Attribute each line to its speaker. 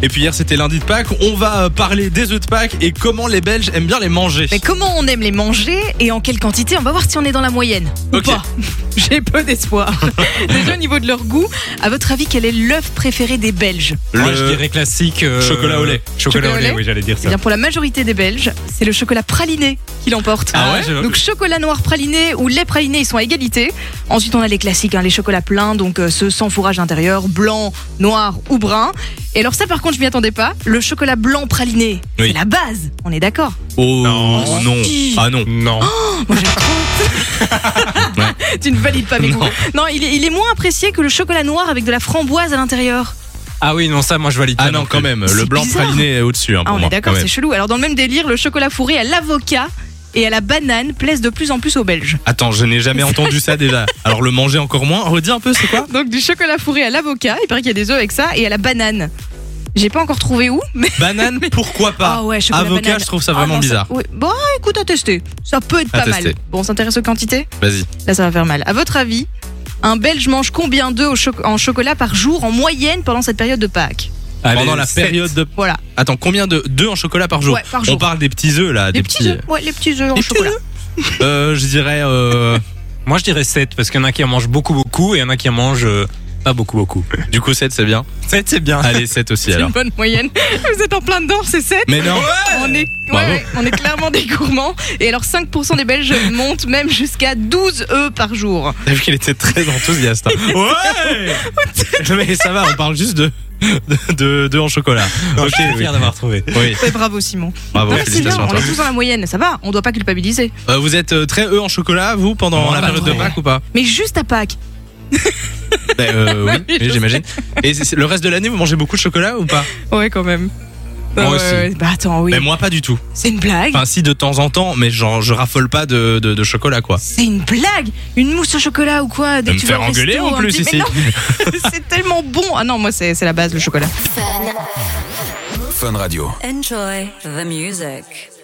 Speaker 1: Et puis hier, c'était lundi de Pâques. On va euh, parler des œufs de Pâques et comment les Belges aiment bien les manger.
Speaker 2: Mais comment on aime les manger et en quelle quantité On va voir si on est dans la moyenne
Speaker 1: Ok.
Speaker 2: ou pas. J'ai peu d'espoir. Déjà au niveau de leur goût, à votre avis, quel est l'œuf préféré des Belges
Speaker 3: Moi,
Speaker 1: Le-
Speaker 3: je dirais classique. euh,
Speaker 1: Chocolat au lait.
Speaker 3: Chocolat,
Speaker 2: Chocolat
Speaker 3: au
Speaker 2: au
Speaker 3: lait,
Speaker 2: lait
Speaker 3: oui, j'allais dire
Speaker 2: Eh
Speaker 3: ça.
Speaker 2: bien, pour la majorité des Belges, c'est le chocolat praliné qui l'emporte.
Speaker 3: Ah ouais, j'avais-
Speaker 2: Donc chocolat noir praliné ou lait praliné, ils sont à égalité. Ensuite, on a les classiques, hein, les chocolats pleins, donc euh, ceux sans fourrage intérieur, blanc, noir ou brun. Et alors ça, par contre, je m'y attendais pas. Le chocolat blanc praliné,
Speaker 1: Oui.
Speaker 2: c'est la base. On est d'accord.
Speaker 1: Oh
Speaker 3: Non.
Speaker 1: non.
Speaker 2: Si.
Speaker 1: Ah non.
Speaker 3: Non.
Speaker 2: Moi, j'aime trop. tu ne valides pas mes
Speaker 1: Non.
Speaker 2: goûts. Non, il est, il est moins apprécié que le chocolat noir avec de la framboise à l'intérieur.
Speaker 3: Ah oui, non, ça, moi, je valide.
Speaker 1: Ah
Speaker 3: pas
Speaker 1: non,
Speaker 3: plus.
Speaker 1: quand même. Le
Speaker 2: C'est
Speaker 1: blanc
Speaker 2: bizarre.
Speaker 1: praliné est au-dessus. hein,
Speaker 2: Ah,
Speaker 1: pour
Speaker 2: on
Speaker 1: moi,
Speaker 2: est d'accord,
Speaker 1: quand même.
Speaker 2: c'est chelou. Alors dans le même délire, le chocolat fourré à l'avocat et à la banane plaise de plus en plus aux Belges.
Speaker 1: Attends, je n'ai jamais entendu ça déjà. Alors le manger encore moins. Redis un peu, c'est quoi
Speaker 2: Donc du chocolat fourré à l'avocat, il paraît qu'il y a des œufs avec ça, et à la banane. J'ai pas encore trouvé où, mais
Speaker 1: Banane, pourquoi pas
Speaker 2: Ah ouais, chocolat
Speaker 1: Avocat,
Speaker 2: banane.
Speaker 1: je trouve ça
Speaker 2: Ah
Speaker 1: vraiment
Speaker 2: non,
Speaker 1: bizarre.
Speaker 2: oui. Bon, écoute, à tester. Ça peut être
Speaker 1: À
Speaker 2: pas mal.
Speaker 1: tester.
Speaker 2: Bon, on s'intéresse aux quantités
Speaker 1: Vas-y.
Speaker 2: Là, ça va faire mal. À votre avis, un Belge mange combien d'œufs au cho- en chocolat par jour en moyenne pendant cette période de Pâques
Speaker 3: Allez,
Speaker 1: Pendant la
Speaker 3: sept.
Speaker 1: période de.
Speaker 2: Voilà.
Speaker 1: Attends, combien de deux en chocolat par jour
Speaker 2: Ouais, par
Speaker 1: On
Speaker 2: jour.
Speaker 1: parle des petits œufs là,
Speaker 2: Les
Speaker 1: des
Speaker 2: petits œufs, ouais, les petits œufs en
Speaker 1: Des petits
Speaker 2: chocolat.
Speaker 1: Euh, je dirais. euh,
Speaker 3: Moi, je dirais 7, parce qu'il y en a qui en mangent beaucoup, beaucoup, et il y en a qui en mangent euh, pas beaucoup, beaucoup.
Speaker 1: Du coup, 7, c'est bien.
Speaker 3: 7, c'est bien.
Speaker 1: Allez, 7 aussi
Speaker 2: C'est
Speaker 1: alors.
Speaker 2: une bonne moyenne. Vous êtes en plein dedans, c'est 7.
Speaker 1: Mais non
Speaker 2: On est, ouais,
Speaker 1: Bravo.
Speaker 2: ouais, on est clairement des gourmands. Et alors, 5% des Belges montent même jusqu'à 12 œufs par jour.
Speaker 1: T'as vu qu'il était très enthousiaste. hein. Ouais Mais ça va, on parle juste de. de, de- de en chocolat.
Speaker 3: Non,
Speaker 1: ok,
Speaker 3: je suis
Speaker 1: oui.
Speaker 3: fier d'avoir trouvé.
Speaker 1: Oui,
Speaker 2: Ouais, bravo, Simon.
Speaker 1: bravo,
Speaker 2: Non, mais c'est bien,
Speaker 1: félicitations à
Speaker 2: on
Speaker 1: toi.
Speaker 2: est tous dans la moyenne, ça va, on doit pas culpabiliser.
Speaker 1: Euh, vous êtes euh, très eux en chocolat, vous, pendant
Speaker 3: Oh,
Speaker 1: la
Speaker 3: bah
Speaker 1: période de
Speaker 3: ouais.
Speaker 1: Pâques ou pas
Speaker 2: Mais juste à Pâques,
Speaker 1: Ben, euh,
Speaker 2: Bah
Speaker 1: Oui,
Speaker 2: oui,
Speaker 1: oui,
Speaker 2: je
Speaker 1: j'imagine. Et c'est- c'est- le reste de l'année, vous mangez beaucoup de chocolat ou pas
Speaker 2: Ouais, quand même.
Speaker 1: Moi
Speaker 2: Ah ouais,
Speaker 1: aussi.
Speaker 2: ouais. Bah attends, oui.
Speaker 1: Ben, moi, pas du tout.
Speaker 2: C'est une blague.
Speaker 1: Enfin, si, de temps en temps, mais genre, je raffole pas de, de, de chocolat, quoi.
Speaker 2: C'est une blague. Une mousse au chocolat ou quoi Dès
Speaker 1: De
Speaker 2: que
Speaker 1: me
Speaker 2: tu
Speaker 1: faire
Speaker 2: vas au resto,
Speaker 1: engueuler en
Speaker 2: un
Speaker 1: plus
Speaker 2: petit-
Speaker 1: ici.
Speaker 2: Mais non, c'est tellement bon. Ah non, moi c'est c'est la base le chocolat.
Speaker 4: Enjoy the music.